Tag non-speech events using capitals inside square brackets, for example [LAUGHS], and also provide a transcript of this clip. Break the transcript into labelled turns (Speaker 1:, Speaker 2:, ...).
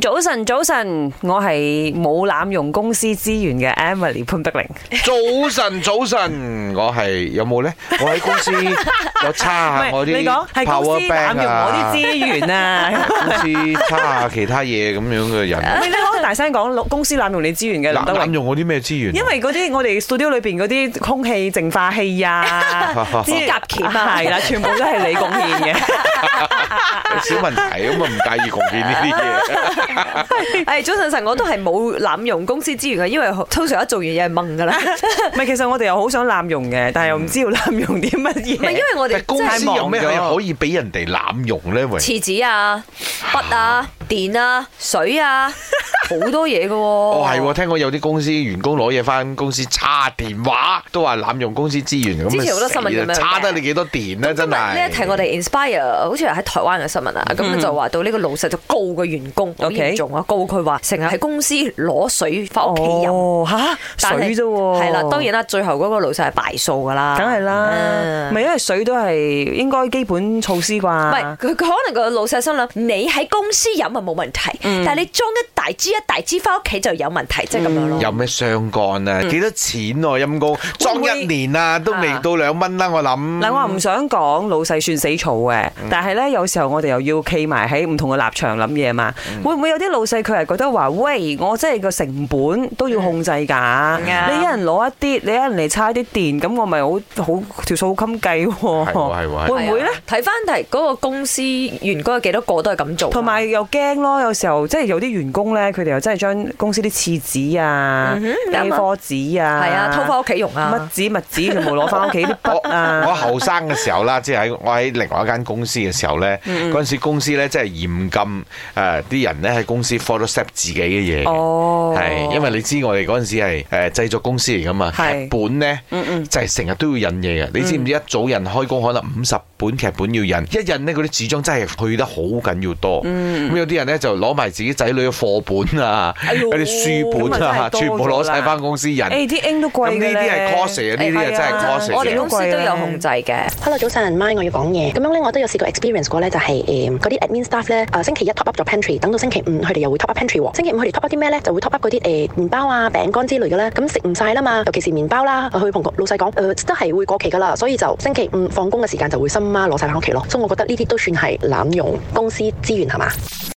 Speaker 1: 早晨，早晨，我係冇濫用公司資源嘅 Emily 潘碧玲。
Speaker 2: 早晨，早晨，我係有冇咧？我喺公
Speaker 3: [LAUGHS]
Speaker 2: 司有
Speaker 1: 唔
Speaker 2: 叉下
Speaker 1: 係
Speaker 2: 我啲
Speaker 1: 你講係公
Speaker 2: power
Speaker 1: 司
Speaker 2: bank
Speaker 1: 濫用我
Speaker 2: 啊
Speaker 1: 啲，資源啊！
Speaker 2: 公司叉下其他嘢咁樣嘅
Speaker 3: [LAUGHS]
Speaker 2: 人，
Speaker 1: [LAUGHS] 你你可以大聲講，公司濫用你資源嘅林
Speaker 2: 濫
Speaker 1: 德
Speaker 2: 濫
Speaker 1: 榮。
Speaker 2: 用我啲咩資源？啊
Speaker 1: 因為嗰啲我哋 studio 裏邊嗰啲空氣淨化器啊、
Speaker 2: 指
Speaker 3: 甲鉗啊
Speaker 1: 係啦，全部都係你貢獻嘅。
Speaker 2: 小問題咁啊，唔介意貢獻呢啲嘢。
Speaker 1: [LAUGHS]
Speaker 3: 誒早晨晨，我都係冇濫用公司資源嘅，因為通常一做完嘢係掹
Speaker 1: [LAUGHS]
Speaker 3: 㗎啦。
Speaker 1: 唔係，其實我哋又好想濫用嘅，但係又唔知要濫用啲乜嘢。
Speaker 3: 唔係因 [LAUGHS] 為我哋
Speaker 2: 但公
Speaker 3: 真係
Speaker 2: 司有咩
Speaker 1: 真係忙咗
Speaker 2: 可以俾人哋濫用咧？喂，
Speaker 3: 廁紙啊、筆啊、電啊、水啊，
Speaker 1: [LAUGHS]
Speaker 3: 好多嘢嘅喎。
Speaker 2: 哦
Speaker 3: 哦
Speaker 2: 係喎，聽講有啲公司員工攞嘢翻公司叉電話，都話濫用公司資源咁啊。
Speaker 3: 之前好多新聞咁樣嘅
Speaker 2: 叉得你幾多電咧？
Speaker 3: 今
Speaker 2: 真
Speaker 3: 日呢
Speaker 2: 係
Speaker 3: 一題我哋 inspire，好似係喺台灣嘅新聞啊，咁就話到呢個老細就告個員工好
Speaker 1: 嗯 OK
Speaker 3: 嚴重啊，告佢話成日喺公司攞水翻屋企飲，
Speaker 1: 哦嚇
Speaker 3: 但係
Speaker 1: 水啫喎，
Speaker 3: 係啦，當然啦，最後嗰個老細係敗訴㗎啦，
Speaker 1: 梗係啦，
Speaker 3: 嗯
Speaker 1: 咪因為水都係應該基本措施
Speaker 3: 唔
Speaker 1: 啩
Speaker 3: 係。佢佢可能個老細心諗，你喺公司飲啊冇問題，但係你裝一大支一大支翻屋企就有問題，即係咁樣咯。
Speaker 2: 嗯有咩相干啊？
Speaker 1: 嗯
Speaker 2: 幾多錢喎、陰公裝一年啊，都未到兩蚊啦，我諗。
Speaker 1: 嗱，我唔想講老細算死草嘅，但係咧有時候我哋又要企埋喺唔同嘅立場諗嘢嘛。會唔會有啲老細佢係覺得話，喂，我真係個成本都要控制㗎，
Speaker 3: 啱
Speaker 1: 你一人攞一啲，你一人嚟差啲電，咁我咪好好條數好襟計
Speaker 2: 係喎
Speaker 1: 喎，
Speaker 2: 係喎係喎
Speaker 1: 會唔會咧？
Speaker 3: 睇翻係嗰個公司員工有幾多個都係咁做，啊
Speaker 1: 同埋又驚咯，有時候即係有啲員工咧，佢哋又真係將公司啲廁紙啊、
Speaker 3: 啱啊
Speaker 1: A4 紙啊，
Speaker 3: 係啊，偷翻屋企用
Speaker 1: 乜
Speaker 3: 啊，
Speaker 1: 紙乜紙全部攞翻屋企啲筆啊，
Speaker 2: 我後生嘅時候啦，即係喺我喺另外一間公司嘅時候咧，
Speaker 1: 嗯
Speaker 2: 嗰陣時公司咧真係嚴禁誒啲人咧喺公司 Photoshop 自己嘅嘢嘅。
Speaker 1: 哦
Speaker 2: 係，因為你知我哋嗰陣時係誒製作公司嚟噶嘛，
Speaker 1: 係嗯
Speaker 2: 劇本咧就係成日都要印嘢嘅。你知唔知一早人開工可能五十本劇本要印，一印呢嗰啲紙張真係去得好緊要
Speaker 1: 嗯
Speaker 2: 多。咁有啲人咧就攞埋自己仔女嘅課本啊，
Speaker 1: 哎呦
Speaker 2: 嗰啲書本
Speaker 1: 咁
Speaker 2: 啊
Speaker 1: 啊，真係
Speaker 2: 全
Speaker 1: 多咗啦
Speaker 2: 部攞晒翻公司印。
Speaker 1: 誒
Speaker 2: 咁
Speaker 1: 啲 ink 都貴
Speaker 2: 呢
Speaker 1: 嘅
Speaker 2: 啲係
Speaker 1: 咧
Speaker 2: cost 嚟嘅，呢啲
Speaker 1: 係啊
Speaker 2: 係真係 cost
Speaker 1: 嗯
Speaker 2: 嚟
Speaker 3: 我
Speaker 2: 嘅
Speaker 3: 哋公司都有控制嘅。
Speaker 4: Hello，早晨，My 我要講嘢。咁樣咧，我都有試過 experience 過咧，就係誒嗰啲 admin staff 咧，誒星期一 top up 咗 pantry，等到星期五佢哋又會 top up pantry 喎。星期五佢哋 top up 啲咩咧？就會 top up 嗰啲誒麵包啊、餅乾之類嘅咧。咁食唔晒啦嘛，尤其是麵包啦，佢同老細講誒呃都係會過期㗎啦，所以就星期五放工嘅時間就會深媽攞晒翻屋企咯。所以我覺得呢啲都算係濫用公司資源係嘛？